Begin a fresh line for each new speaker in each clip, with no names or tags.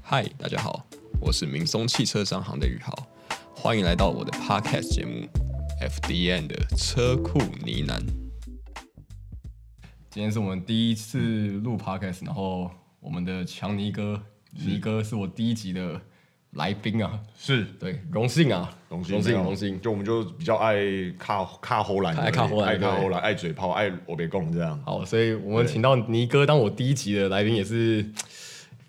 嗨，大家好，我是明松汽车商行的宇豪，欢迎来到我的 Podcast 节目 FDN 的车库呢喃。
今天是我们第一次录 podcast，然后我们的强尼哥，尼哥是我第一集的来宾啊，
是
对，荣幸啊，
荣幸
荣幸，
没有
荣幸。
就我们就比较爱卡卡喉兰而已，
爱卡喉兰
爱卡
对
喉兰，爱嘴炮，爱我别供这样。
好，所以我们请到尼哥当我第一集的来宾也是，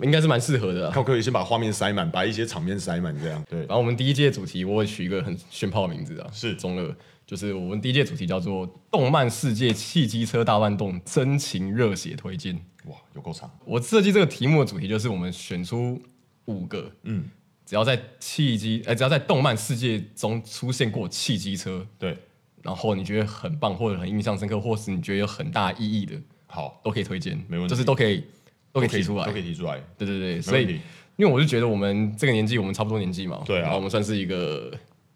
应该是蛮适合的啊、
看我可以先把画面塞满，把一些场面塞满这样。对
然，后我们第一届主题我也取一个很炫炮的名字啊，
是
中二，就是我们第一届主题叫做“动漫世界汽机车大乱动，真情热血推荐”。
哇，有够长。
我设计这个题目的主题就是我们选出五个，嗯，只要在汽机，哎、只要在动漫世界中出现过汽机车，
对，
然后你觉得很棒或者很印象深刻，或是你觉得有很大意义的，
好，
都可以推荐，
没问题
就是都可以都可以提出来
都，可以提出来。
对对对，
题
所以因为我就觉得我们这个年纪，我们差不多年纪嘛，
对啊
然后我们算是一个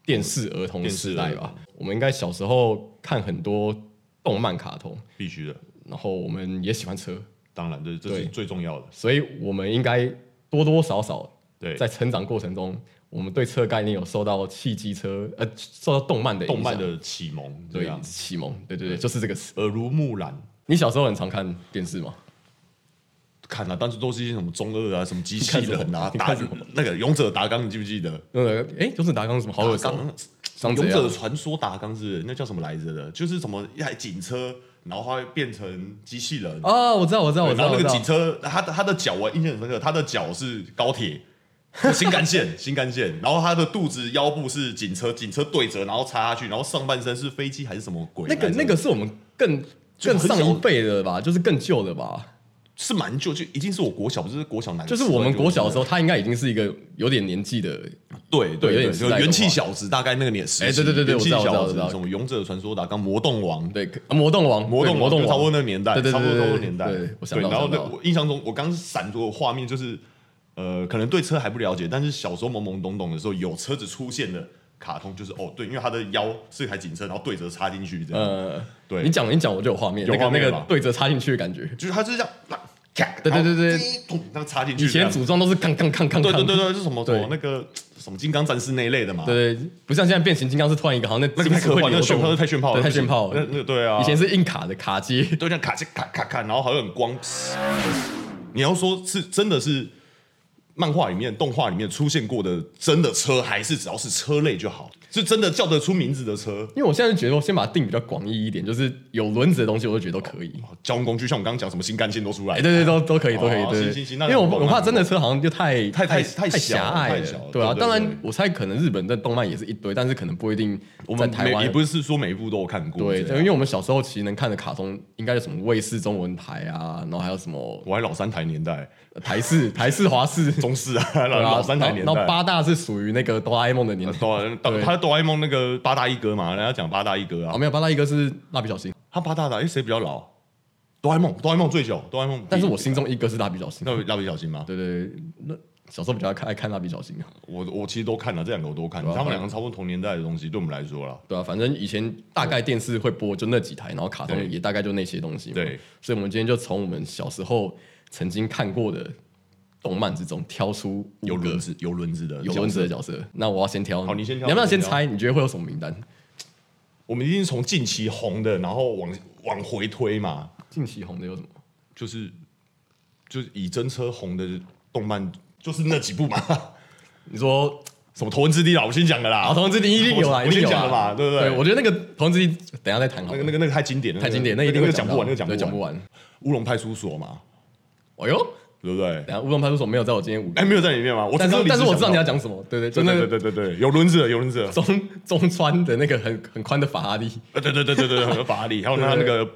电视儿童
电视
时代
儿
吧，我们应该小时候看很多动漫卡通，
必须的，
然后我们也喜欢车，
当然，这这
对
是最重要的。
所以我们应该多多少少
对，
在成长过程中，我们对车概念有受到汽机车呃受到动漫的影
动
响
漫的啊启蒙这
对
样，
启蒙，对对对，就是这个词。
耳濡目染。
你小时候很常看电视吗？
看啊，但是都是一些什么中二啊，什么机
你
器
看什么
人啊，
你
打
看什么
那个勇者达纲，你记不记得？
那个哎，就是达纲什么好耳
达
熟，
纲
长
勇
怎
者
样？
传说达纲是不是那叫什么来着的？就是什么一台警车，然后它会变成机器人，
哦，我知道，我知道，我
对
知
然
道，
后
我
那
知
个
道
警车，它的它的脚我印象很深刻，它的脚是高铁。新干线，新干线，然后它的肚子、腰部是警车，警车对折，然后插下去，然后上半身是飞机还是什么鬼来
那
着？
个那个是我们更
就
更
很小
上一辈的吧，就是更旧的吧。
是蛮旧，就已经是我国小，不是国小男，
就是我们国小的时候，，他应该已经是一个有点年纪的，
对
对
对
有
对，
点时代
就
的
元气
话
小子大概那个年时期，
哎对对对对
元
我知
气
道我知道
小
我知道
子什么勇者传说打刚魔动王，
对，啊魔动王，
魔
对
动
魔动
就差不多
王，
那个年代，
对对对
差不多
对
那个
对
年代。
对我想到
然后
想
那
到
我印象中，我刚闪过的画面就是，呃，可能对车还不了解，但是小时候懵懵懂懂的时候，有车子出现的卡通就是哦，对，因为它的腰是一台警车，然后对折插进去这样，
呃，
对
你讲你讲我就有画面，
有
那个
画
那
面
个
吧
对折插进去的感觉。
就是它就是这样，啪咔
对对对对，
然后滴咚这样插进去
以
这样。
前组装都是杠杠杠杠，
啊对对对
杠
对，是什么什
对
么那个什么金刚战士那一类的嘛？
对对，不像现在变形金刚是突然一个，好像那
那个太
金属
科
会
幻，那
流
个炫
动
炮太炫炮了，
对太炫炮
那
了。
那对啊，
以前是硬卡的卡机，
都这样咔嚓咔咔咔，然后好像很光。你要说是真的是漫画里面、动画里面出现过的真的车，还是只要是车类就好？是真的叫得出名字的车？
因为我现在就觉得我先把它定比较广义一点，就是有轮子的东西，我就觉得都可以。
交通工具像我刚刚讲什么新干线都出 来
哎，，对对，都都可以，
哦
都可以，对
行
对。
行行那
因为我
那我
我怕
那
真的车好像就太
太
太
太太小
狭隘
太小
了，
了
对啊。
对对
当
对
然，我猜可能日本的动漫也是一堆，但是可能不一定
我
在
们
台
每
湾
也不是说每一部都有看过。
对，
这样
因为我们小时候其实能看的卡通，应该有什么卫视中文台啊，然后还有什么
我还老三台年代，
台视、台视、华视，
中视啊， 老
对啊
老三台年
然后然后
代。
八大是属于那个哆啦 A 梦的 年代。
哆
对
他哆啦 A 梦那个八大一哥嘛，人家讲八大一哥啊
哦，，没有，八大一个是蜡笔小新，
他八大的，哎，谁比较老？哆啦 A 梦，哆啦 A 梦最久，哆啦 A 梦比。
但是我心中一个是蜡笔小新。
那蜡笔小新吗？
对对对，那小时候比较看爱看蜡笔小新啊。
我我其实都看了，这两个我都看，
对啊
他们两个差不多同年代的东西，对我们来说啦，
对啊，反正以前大概电视会播就那几台，然后卡
对
通也大概就那些东西嘛。
对，
所以我们今天就从我们小时候曾经看过的动漫之中挑出五
有
个
轮子有轮子的
有轮子的
角色。
角色。那我要先挑，
好你先挑
你要不要
你先
先
挑
猜？你觉得会有什么名单？
我们一定是从近期红的，然后往往回推嘛，
近期红的有什么？
就是就是以真车红的动漫，就是那几部嘛，
你说
什么《头文字 D》啦，我先讲的
啊，
啦，
《头文字 D》一定有啦，
我
一定有
我先讲了
啦，
嘛对不对
对？我觉得那个《头文字 D》等一下再谈好了，
那个那个那个太经典了，
太经典，那
个
一定
那
会
个讲不完，那个讲
对讲
不
不
完。
完。
乌龙派出所嘛，
哎呦，
对不对？
等一下乌龙派出所没有在我今天五个
哎，，没有在里面嘛，我
但是但是我知道你要
讲
讲什么，对对，就
到，
那
对
个
对对对对，对有轮子的有轮子的，
中中川的那个很很宽的法拉利
呃，对对对对对，很有法力，还有他那个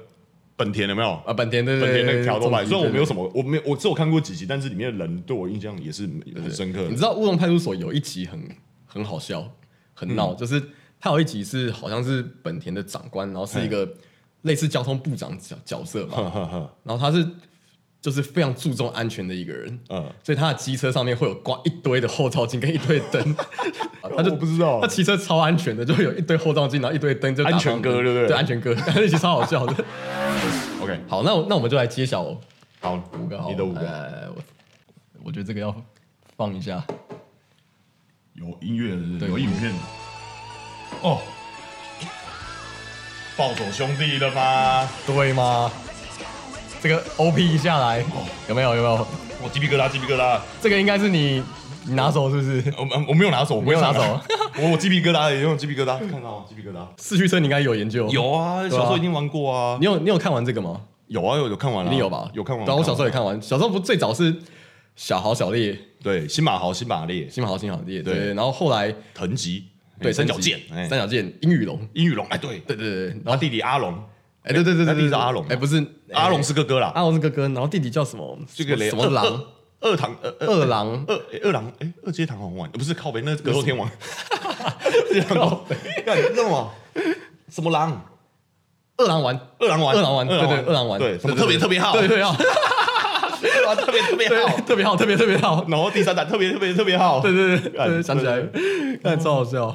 本田有没有？
啊，本田对对
本
对
田那个
对，
条头版，
中
虽然我没有
对
什么，我没有我只有看过几集，但是里面的人对我印象也是很深刻
对对你。知道乌龙派出所有一集很很好笑，很
嗯
闹，就是他有一集是好像是本田的长官，然后是一个类似交通部长角角色吧，
呵呵呵，
然后他是就是非常注重安全的一个人，
嗯，
所以他的机车上面会有挂一堆的后照镜跟一堆 灯，啊他就
我不知道
他骑车超安全的，就会有一堆后照镜，然后一堆灯，就打
安全
方
歌
向
对不对
对，安全歌， 那集超好笑的。
OK，
好，那我那我们就来揭晓五哦
好，
个好了，哎
你的五个，
呃我我觉得这个要放一下，
有音乐的
对
有影片的哦，暴走兄弟的吗？
对吗？这个 OP 一下来，哦有没有？有没有？
我鸡皮疙瘩，鸡皮疙瘩。
这个应该是你你拿手是不是？
我我没有拿手，我不会
没有拿
上来， 我我鸡皮疙瘩也有鸡皮疙瘩，看到吗鸡皮疙瘩。
四驱车你应该有研究，
有啊，小时候一定玩过啊
你。有你有看完这个吗？
有啊，有有看完
一
了，
定有吧？
有看完。
对啊，我小时候也看完，小时候不最早是小豪、小烈、
对新马豪、新马烈、
新豪、新豪烈，
对
对，然后后来
藤吉，
对
三角
升级
剑，哎
三角剑、英语龙，
英语龙，哎，对，
对对对，然
他
后
弟弟阿龙，
哎对对对
他
对
弟
对，
是阿龙啊
哎不是
阿龙
哎
是哥哥啦，
阿龙是哥哥，然后弟弟叫什么？
这个雷
什么 狼？
二二堂二二
二郎，
二哎二郎，哎二阶堂皇冠，呃不是靠北，那是格 斗天王，二阶堂皇冠，干那么什么狼？
二郎丸，
二郎丸，
二郎丸，对对，二郎丸，
对，什
对
么特
对
别特别号，
对对号，
二 郎特别特别号
对，特别好，特别特别 好，
然后第三代特别特别特别好，
对对对
干
对，想起来， 但超好笑。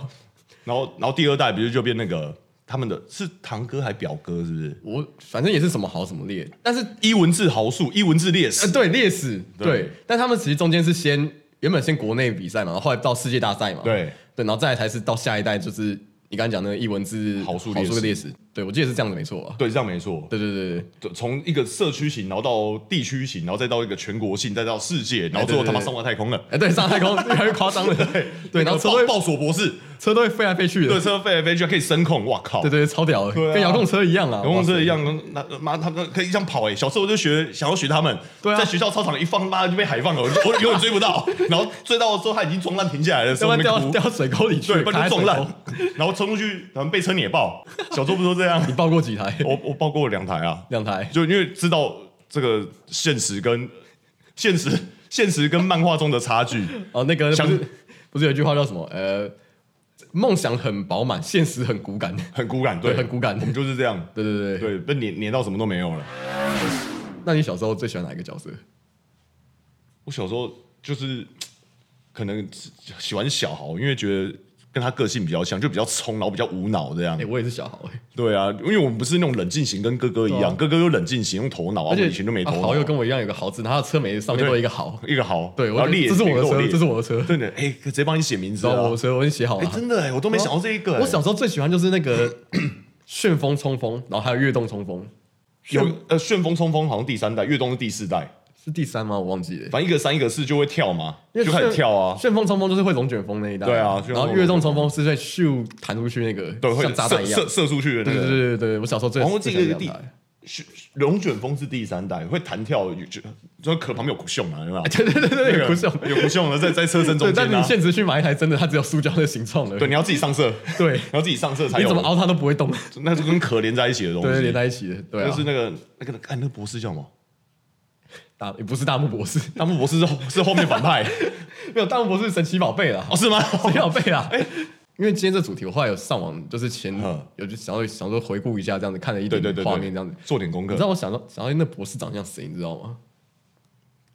然后然后第二代不是就变那个他们的是堂哥还表哥是不是？
我反正也是什么好什么 烈，但是
伊文字豪术，伊文字烈
呃
士，
对烈士
对
对，但他们其实中间是先原本先国内比赛嘛，然后后来到世界大赛嘛，
对
对，然后再来才是到下一代，就是你刚才讲那个译文字
好数
好
烈士
数烈士，对我记得是这样子没错啊，
对，这样没错。
对对对对，
对从一个社区型，然后到地区型，然后再到一个全国性，再到世界，然后最后
哎对对
他妈
对
上了太空了。
哎对上太空 越来越夸张了，对，然后车都
那个
会
鲍鲍索博士，
车都会飞来飞去的
对，，车飞来飞去可以声控，哇靠！
对对对，超屌的，
对啊
跟遥控车一样啊，
遥控车一
哇
样，那那妈他们可以这样跑哎、小时候我就学，想要学他们，
对啊
在学校操场一放，妈就被海放了，我 就我永远追不到，然后追到的时候他已经撞烂停下来了，
塞，要不然
在
掉
那边哭
掉到水沟里去，
对，不然
卡
就
在
撞
水
烂
沟，
然后冲出去，然后被车碾爆。小时候不都这 样？
你抱过几台？
我我爆过两台啊，
两台，
就因为知道这个现实跟现实、 现实跟漫画中的差距。
哦，那个不
想
是不是有一句话叫什么？呃，梦想很饱满，现实很骨感。
很骨感，对，
对很骨感
我们就是这样，
对对对
对，被碾碾到什么都没有了。
那你小时候最喜欢哪一个角色？
我小时候就是可能喜欢小豪，因为觉得跟他个性比较像，就比较冲，然后比较无脑这样
哎、。我也是小豪、欸，
对啊，因为我们不是那种冷静型，跟哥哥一
对
样，
啊
哥哥有冷静型，用头脑，啊，
而
我
且
以前都没头
啊
脑
豪。又跟我一样有个豪字，然后他的车眉上面
对
都有一个豪。
一个豪，
对，
然
我
后
觉得
列，
这是我的
给
车，
列
这是我的车，
真的，哎、直接帮你写名字
然后
啊
我的！车我已经写好
哎、
了。
真的哎、我都没想到这一个、哎
我小时候最喜欢就是那个旋风冲锋，然后还有跃动冲锋，
有呃，旋风冲锋好像第三代，越冬是第四代，
是第三吗？我忘记了。
反正一个三一个四就会跳嘛，
因为
就开始
旋
跳啊，
旋风冲锋就是会龙卷风那一代，
对啊旋
然
风
后跃动冲锋是在咻弹出去那个，
对，会
像炸弹
射
一样
射。射出去的
对
那
对
个。
对对对，我小时候最
然后
最
这
喜欢
个
这
第
两台。
旋龙卷风是第三代，会弹跳，就就壳旁边有骨熊啊，对吧？
哎对对对对
那
对，
个
不是。
有骨熊的在在车身
对，
中
但
间
你
啊。
现实去买一台真的，它只有塑胶的形状了。
对，你要自己上色，
对，
你要自己上色才
你
有
怎么。凹它都不会动，
那就跟壳连在一起的东西，
对，连在一起的。对啊，
就是那个那个，哎，那博士叫什么？
大也不是大木博士，
大木博士是是后面反派
没有大木博士是神奇宝贝 啦，
哦？是吗？
神奇宝贝啦。因为今天这主题，我后来有上网，就是前
哎嗯
有就想要想说回顾一下，这样子看了一
对对对，
点
对嗯
画面，这样子。
做点功
你
课
知。道我想到想到那博士长得像谁，你知道吗？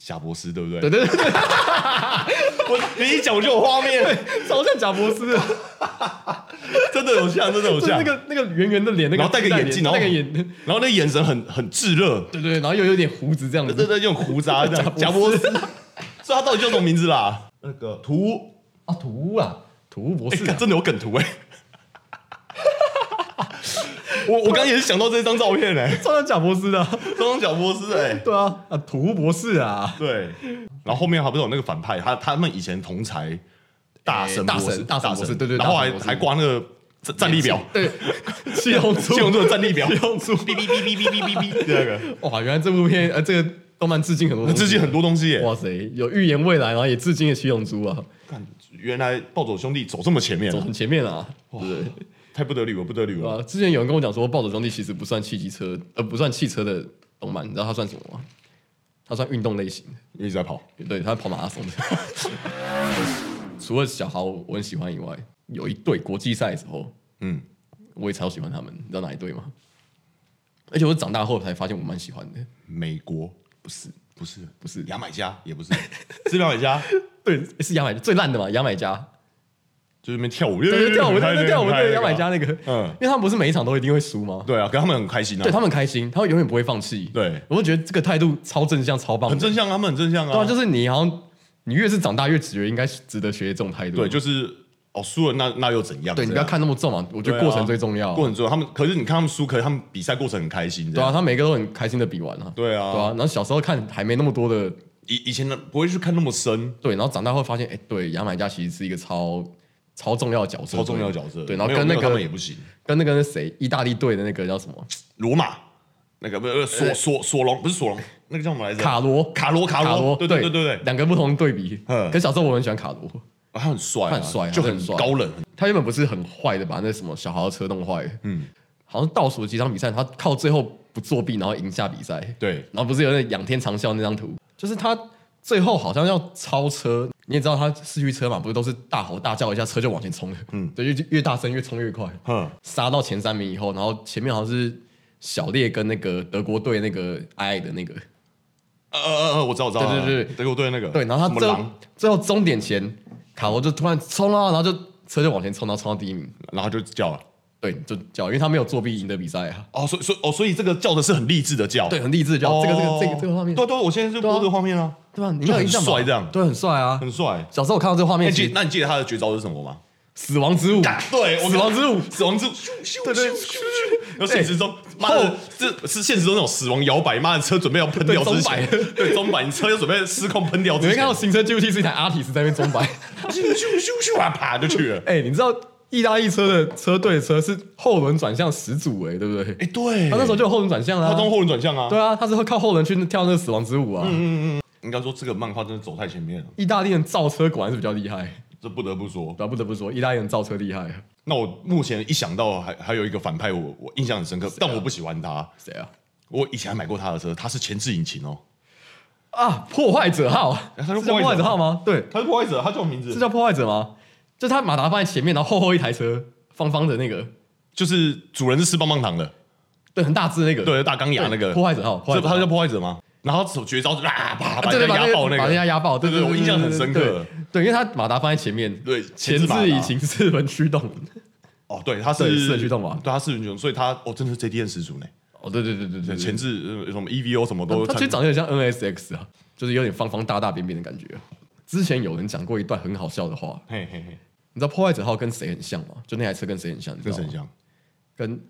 贾博士对不对？
对对对，
我你一讲我就有画面，
超像贾博士的，
真的有像，真的有
就是那
像。
个那个圆圆的脸，那个
然后戴个眼镜
戴个
然
眼，对
然后那眼神很很炙热，
对对，然后又有点胡子这样
对对
子。
对，用胡渣 这样。贾
贾
博
博
士
士，
所以他到底叫什么名字啦？那个图，
啊，土屋啊，土屋博
呃哎
士，啊
干，真的有梗图哎。我我刚刚也是想到这张照片 哎，
超像贾博士的啊。
这张贾博士哎，
对啊，啊，土屋博士啊，
对。然后后面还不是有那个反派，他他们以前同才大神
哎大
博士
神大神博士对对
然后
大
还
神博士
还挂那个战战力表，
对， 七龙珠，
七龙珠的战力表，
七龙珠，
哔哔哔哔哔哔哔哔，那个
哇，原来这部片呃，这个动漫致敬很多东西，
致敬很多东西耶。
哇塞，有预言未来，然后也致敬了七龙珠啊，
干原来暴走兄弟走这么前面
走
了
很，前面啊，对不对
太不得了，不得
对啊
了
吧？之前有人跟我讲说，《暴走兄弟》其实不算汽机车，呃，不算汽车的动漫，你知道它算什么吗？它算运动类型的，
因为一直在跑。
对，它跑马拉松的。 除了小豪我很喜欢以外，有一队国际赛的时候，
嗯，
我也超喜欢他们，你知道哪一队吗？而且我长大后才发现我蛮喜欢的，
美国不是，不是，
不是
牙买加也不是，是牙买加，
对，是牙买最烂的嘛，牙买加，
就是那边跳舞，
对，就跳舞
很开
对
心
跳舞
很开
对
心
牙买加那个，
嗯
嗯，因为他们不是每一场都一定会输吗？
对啊，可他们很开心啊，
对他们很开心，他们永远不会放弃。
对
我就觉得这个态度超正向、超棒的，
很正向啊，他们很正向啊，
对啊，就是你好像你越是长大越觉得应该值得学这种态度。
对，就是哦输了那那又怎样？
对你不
这
要
样
看那么重啊，我觉
对
得
啊
过程最重要。
过程中，他们可是你看他们输，可是他们比赛过程很开心，这
对啊，
样
他每个都很开心的比完啊。
对啊
对啊，然后小时候看还没那么多的
以以前的不会去看那么深，
对，然后长大后发现，哎，对，牙买加其实是一个超超重要的角色，
超重要的角色。
对，然后
没有
跟
没
那
有他们也
个
不行，
跟那个那谁，意大利队的那个叫什么
罗马那个不是不是索索索隆不是索隆，那个叫什么来着？
哎卡罗
啊卡罗卡
卡罗，
罗，对
对
对对对对，
两个不同的对比。
嗯
可小时候我很喜欢卡罗，
啊他很帅啊，
他很帅啊
就
他很帅
高冷，
他原本不是很坏的，把那什么小豪的车弄坏，
嗯，
好像倒数几场比赛，他靠最后不作弊，然后赢下比赛。
对，
然后不是有那仰天长啸那张图，就是他最后好像要超车，你也知道他四驱车嘛，不是都是大吼大叫一下车就往前冲的，
嗯
嗯，对，就越大声越冲越快，
哼，
杀到前三名以后，然后前面好像是小烈跟那个德国队那个矮矮的那个，
呃呃呃，我知道我知道，
对对对
嗯德国队那个，
对，然后
什
他
么
最后
狼，
最后终点前，卡罗就突然冲啊，然后就车就往前冲，然后冲到第一名，
然后就叫了。
对，就叫，因为他没有作弊赢得比赛啊，
哦，所以所以哦，所以这个叫的是很励志的叫，
对，很励志，叫
哦，
这个这个这个这个画面，
对啊对啊，我现在就
对啊
播这个画面啊，
对吧？你没
就
有
很
印象吧
帅这样哎
对，很帅啊。
很帅。
小时候我看到这个画
那
面，
你
其
记
实
那你记得他的绝招是什么吗？
死亡之舞，
对，我
死亡之舞，
死亡之舞， 对对，然后现实中，妈
哎后
的，这是现实中那种死亡摇摆，妈的车准备要喷掉之前，
对
对钟摆，你车要准备失控喷掉
你
之
会
前，
看到行车记录器是一台阿体是在那边中 摆。
咻咻咻咻啊，啪就去了。
哎、你知道意大利车的车队的车是后轮转向始祖哎、对不对？
哎，对，
他那时候就有后轮转向啦、
他从后轮转向啊，
对啊，他是会靠后轮去跳那个死亡之舞啊。
嗯应该说这个漫画真的走太前面了，
意大利人造车果然是比较厉害，
这不得不说。
对、啊，不得不说，意大利人造车厉害。
那我目前一想到还还有一个反派我，我印象很深刻，
啊
但我不喜欢他。
谁啊？
我以前还买过他的车，他是前置引擎哦，
啊，破坏者号，
他是
是叫破
破坏
坏
者
者
号
号吗？对，
他是啊破坏者，他叫我名
是
字，
叫破坏者吗？就他马达放在前面，然后厚厚一台车，方方的那个，
就是主人是吃棒棒糖的，
对，很大只那个，
对，大钢牙那个
破坏者号，破坏
这
者号
他叫破坏者吗？然后手绝招就啊，啪，把
对对，
人
把
家
那
压爆
个
那
把人家
个，
压爆，对
对对我印象很深刻
对对，因为他马达放在前面，
对，
前
置马
置
达
引擎四轮驱动。
哦，对，他
对
是
四轮驱动嘛
对，他四轮驱动，所以他哦，真的是 JDM 始祖呢，
哦，对对对对对，
前
置。
置呃什么 EVO 什么都
他其
参
实长得有点像 NSX 啊，就是有点方方大大扁扁的感觉。之前有人讲过一段很好笑的话，
嘿嘿嘿，
你知道破坏者号跟谁很像吗？就那台车跟谁很像？你知
跟
道吗
沈翔，
跟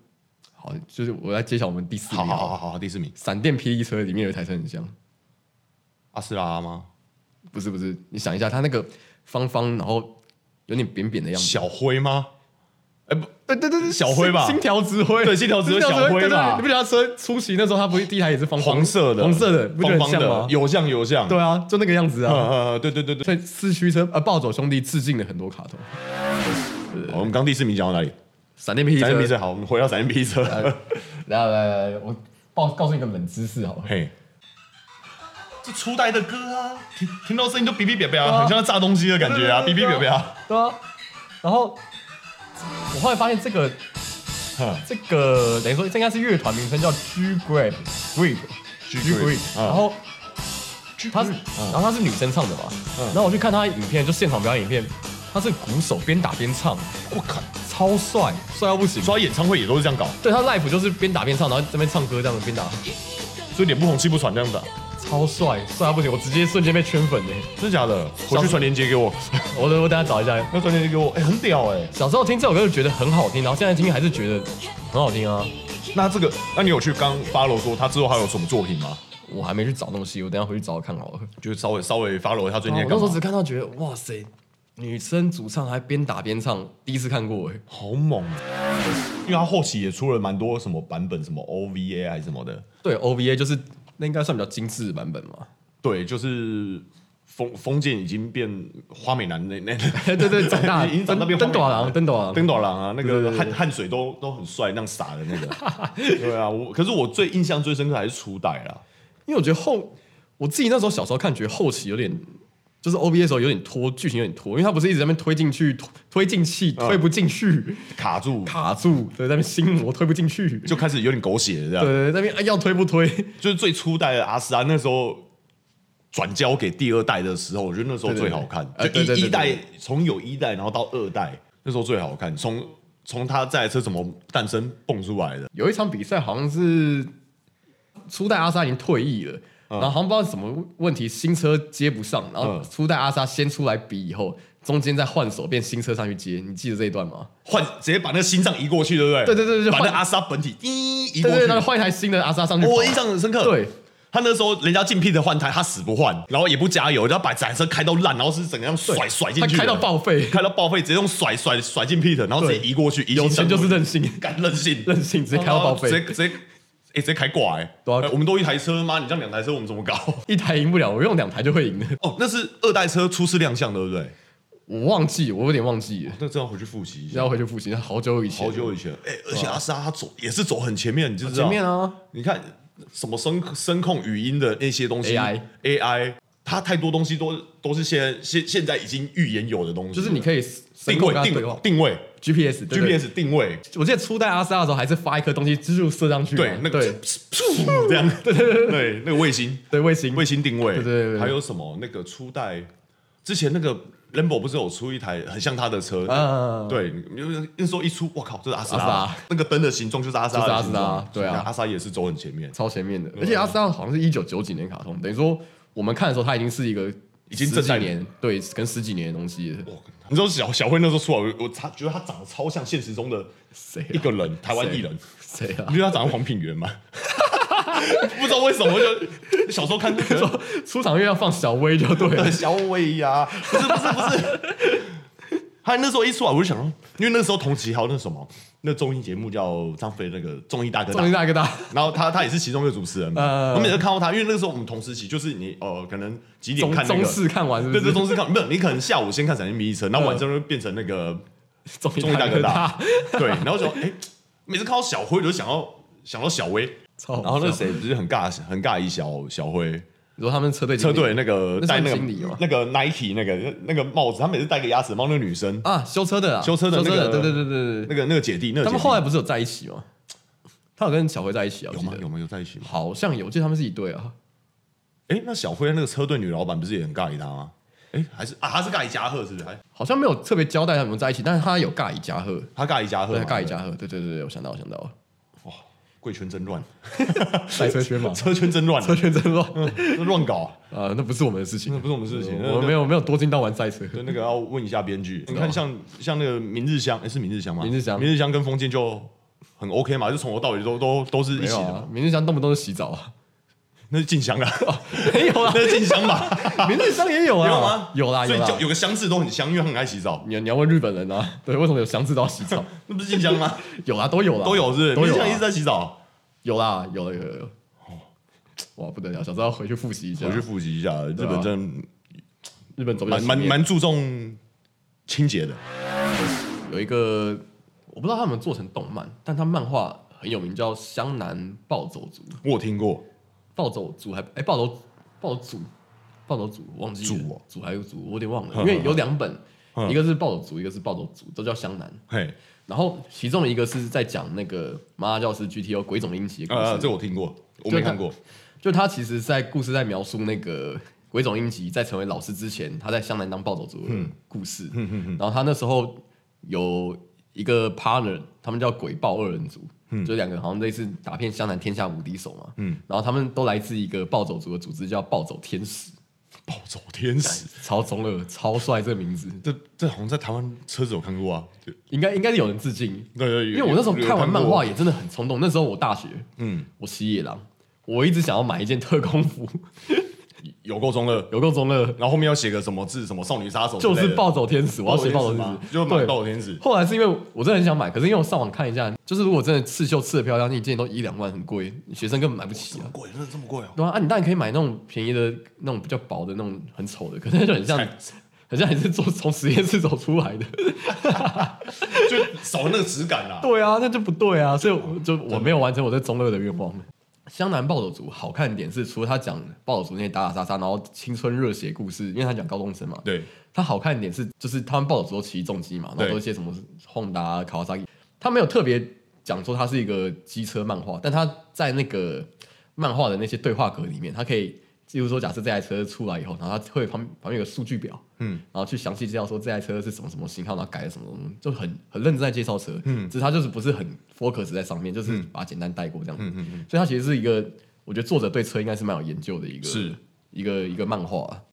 好，就是我来揭晓我们第四
好
名。
好好好好，第四名啊
闪电霹雳车里面有一台车很像，
阿斯拉吗？
不是不是，你想一下，它那个方方，然后有点扁扁的样子，
小辉吗？哎不，
对对对对，
小灰吧
星条指挥，
对星条指
星
挥小灰吧
对对对你不觉得他车出席那时候，他不是第一台也是方方
黄色的，
黄色的，不觉得
方方
很像
的
吗，？
有像有像，
对啊，就那个样子
呃，
啊。
呃对对对对。
所以四驱车呃，暴走兄弟致敬了很多卡通，
好，我们刚第四名讲到哪里？
闪电霹雳
闪电皮
车。
车，好，我们回到闪电皮车。
来来来来，我报告诉你一个冷知识好了。
嘿，这初代的歌啊，听听到声音就哔哔哔哔
对
啊，
啊
很像在炸东西的感觉啊，哔
对
哔
对
哔
对
哔 啊。
对啊，然后我后来发现这个
哼
这个等于说这应该是乐团名称叫 G Grab Grip G
Grip，嗯
然后她是然后她是女生唱的嘛，
嗯
然后我去看她的影片，就现场表演影片，她是鼓手边打边唱，
我靠，
超帅，帅到不行。
说他演唱会也都是这样搞，
对他 live 就是边打边唱，然后这边唱歌这样子边打，
所以脸不红气不喘这样子啊，
超帅，帅到不行，我直接瞬间被圈粉嘞、
真的假的？回去传链接给我，
我等我等下找一下。
要传链接给我，哎，很屌哎。
小时候听这首歌就觉得很好听，然后现在听还是觉得很好听啊。
那这个，那你有去刚 follow 说他之后还有什么作品吗？
我还没去找东西，我等一下回去找看好了。
就是稍微稍微 follow 他最近
我那
在干
时候
嘛
只？看到觉得哇塞，女生主唱还边打边唱，第一次看过哎、
好猛啊，因为他后期也出了蛮多什么版本，什么 OVA 还是什么的。
对，OVA 就是那应该算比较精致的版本嘛。
对，就是封封建已经变花美男那那
对对对，长大
已经长大变
灯
荒
短
唐
郎，灯短郎，
登岛郎啊，那
对对
个
对
汗汗水都都很帅，那样洒的那个。 对啊，我可是我最印象最深刻还是初代啦。
因为我觉得后我自己那时候小时候看，觉得后期有点就是 OVA 的时候有点拖剧情有点拖，因为它不是一直在那边推进去推推进去推不进去、
卡住
卡住，对，在那边心魔推不进去，
就开始有点狗血了这
对
样。
对，那边哎要推不推，
就是最初代的阿斯拉那时候转交给第二代的时候，我觉得那时候最好看。
对对对
就
呃对对
一
对
一代从有一代，然后到二代，那时候最好看。从从他这台车怎么诞生蹦出来的？
有一场比赛好像是初代阿萨已经退役了，然后好像不知道什么问题，新车接不上，然后
嗯
初代阿萨先出来比以后，中间再换手变新车上去接，你记得这一段吗？
换直接把那个心脏移过去，对不对？
对对对对就
把那
换
阿萨本体一
对
移过
对，
去
对，然后换一台新的阿萨上去跑，
我印象很深刻。
对，
他那时候人家竞聘的换胎，他死不换，然后也不加油，然后把展车开到烂，然后是整个样甩甩进
他
去，
开到，报废，
开到报废，直接用甩甩甩进 Peter，然后直接
对
移过去，移
有
进
钱
整
就是
路
任性，
干任性，
任性直接开到报
哦直
废，
接直接。哎、直接开挂哎、
对啊
哎我们都一台车吗？你这样两台车，我们怎 么搞？
一台赢不了，我用两台就会赢的。
哦，那是二代车初次亮相，对不对？
我忘记，我有点忘记了，
那这样回去复习一下
要。回去复习，那好久以前，
好久以前，哎、而且阿斯拉他走也是走很前面，你知不知道？
前面啊，
你看什么声声控语音的那些东西
AI
AI，它太多东西都都是现在现现在已经预言有的东西，
就是你可以
定
定
位
跟他对
定
话
定位
GPS 对不对
GPS 定位，
我记得初代阿斯拉的时候还是发一颗东西蜘蛛射上去嘛，
对那个
对
噗 这样，对对那个卫星
对卫星
卫星定位，
对对对对
还有什么那个初代之前那个 Lambo 不是有出一台很像它的车，
啊，
对，因为那时候一出，我靠，这是阿斯
阿斯
拉
拉，
那个灯的形状就是阿斯拉
就是
的
阿斯
形
拉
状，
对啊
你看阿斯拉也是走很前面，
超前面的，而且阿斯拉好像是一九九几年卡通，等于说我们看的时候它已经是一个
已经
十
正
几
在
年，对，跟十几年的东西了。
我你知道小小慧那时候出来，我我他觉得他长得超像现实中的
谁啊
一个人，台湾艺人，
谁啊
你？觉得他长得黄品源吗？ 不知道为什么就小时候看就觉得，
出场又要放小薇就对了
小伟呀、不是不是不是， 他那时候一出来我就想说，因为那时候同期还有那什么那综艺节目叫张飞那个综艺大哥大
终于，大哥大，
然后他他也是其中一个主持人嘛，
呃
我每次看到他，因为那个时候我们同时期就是你呃可能几点
中
看那
中
个。
式看完是不
对
是？
对，中式看，不是你可能下午先看《闪电迷一车》，然后晚上就变成 那个
中
中
于
医大
哥
哥大，对，然后就哎、每次看到小辉，我就想到想到小薇，
超好笑
然后那谁不是很尬很尬一小小辉
你说他们车队经
车
理
队那个
那
戴
算
那个
经理吗
那个 Nike 那个那个帽子，他每次戴个鸭舌帽，那个女生、
啊，修车的啊，
修车的那
修
个
车的，对对对对对，
那个那个姐弟，那个
他
姐
们
弟
后来不是有在一起吗？他有跟小辉在一起啊？我
有
记
吗
得？
有吗？有在一起吗？
好像有，我记得他们是一对啊。
哎、那小辉那个车队女老板不是也很尬一他吗？哎、还是啊，他是尬一加贺是不是？还
好像没有特别交代他们在一起，但是他有尬以加贺，
他尬一加贺
对，
嘛，
尬以加贺，对对对对，我想到我想到了，
贵圈真乱，
赛车圈嘛，
车圈真乱，啊嗯
车圈真乱
乱搞，
啊，那不是我们的事情
那，不是我们事情，那
我们没有没有多进到玩赛车，
对，那个要问一下编剧。你
道
看像，像那个明日香，诶是明日香吗？
明日香
明日香跟封建就很 OK 嘛，就从头到尾都都都是一
没
起
有
的
啊
嘛。，
明日香动不动就洗澡啊，
那是静香啊，
没有啊
那，是静香 吧？
明日香也有
有
啊
吗，？
有啦
所
有
以就
啦，
有个香字都很香，因为他很爱洗 澡，
你你要问日本人啊，对，为什么有祥子都要洗 澡？
那不是静香吗？
有啦，都有啦，
都有是不
都
是？明
有
日
啊
香一直在洗澡，
有啦，有了有了有了，哇不得了，想知道回去复习一下
我，去复习一下，日
对啊
本真
日本走不了
蛮蛮
前面
蛮注重清洁的。
有一个我不知道他有没有做成动漫，但他漫画很有名，叫《湘南暴走族》。
我有听过，
暴走族还哎、暴走暴走暴走族忘记了
族哦
族还有族，我有点忘了，
哼
因为有两本
哼，
一个是暴走族，一个是暴走族，都叫湘南。
嘿，
然后其中一个是在讲那个《麻辣教师 GTO》鬼冢英奇的故
呃，
事，
这我听过，我没
就他
看过。
就他其实在故事在描述那个鬼冢英吉在成为老师之前，他在湘南当暴走族的故事。然后他那时候有一个 partner，他们叫鬼豹二人组，就两个好像类似打遍湘南天下无敌手嘛。
嗯
然后他们都来自一个暴走族的组织，叫暴走天使，
暴走 天使，
超中二，超帅这个名字，
这这好像在台湾车子有看过啊。对
应该应该是有人致敬。
对对，
因
因
为我那时候看完漫画
也，
也真的很冲动，那时候我大学，
嗯，
我西野狼，我一直想要买一件特工服，
有够中二。
有够中二，
然后后面要写个什么字，什么少女杀手之
就
类的，
是暴走天使，我要写暴走天
嘛，
使，
就是
对
买。暴走天使。
后来是因为我真的很想买，可是因为我上网看一下，就是如果真的刺绣刺的漂亮，你一件都一两万，很贵，学生根本买不 起啊。
贵，真的这么贵哦？
对啊，啊你当然可以买那种便宜的、那种比较薄的、那种很丑的，可是那就很像，很像你是做从实验室走出来的。
就少了那个质感 啦。
对啊，那就不对啊，所以我就我没有完成我在中二的愿望。湘南暴走族好看的点是，除了他讲暴走族那些打打杀杀，然后青春热血故事，因为他讲高中生嘛，
对，
它好看的点是，就是他们暴走族都骑重机嘛，然
对
后都一些什么 Honda 啊、卡瓦萨 i 他没有特别讲说它是一个机车漫画，但他在那个漫画的那些对话格里面，他可以，例如说假设这台车出来以后，然后他会旁旁边有个数据表，
嗯，
然后去详细介绍说这台车是什么什么型号，然后改了什么什么，就很很认真在介绍
嗯
车，嗯，只是他就是不是很 focus 在上面，就是把它简单带过这样子，所以它其实是一个我觉得作者对车应该是蛮有研究的一个，
是
一个一个漫画。啊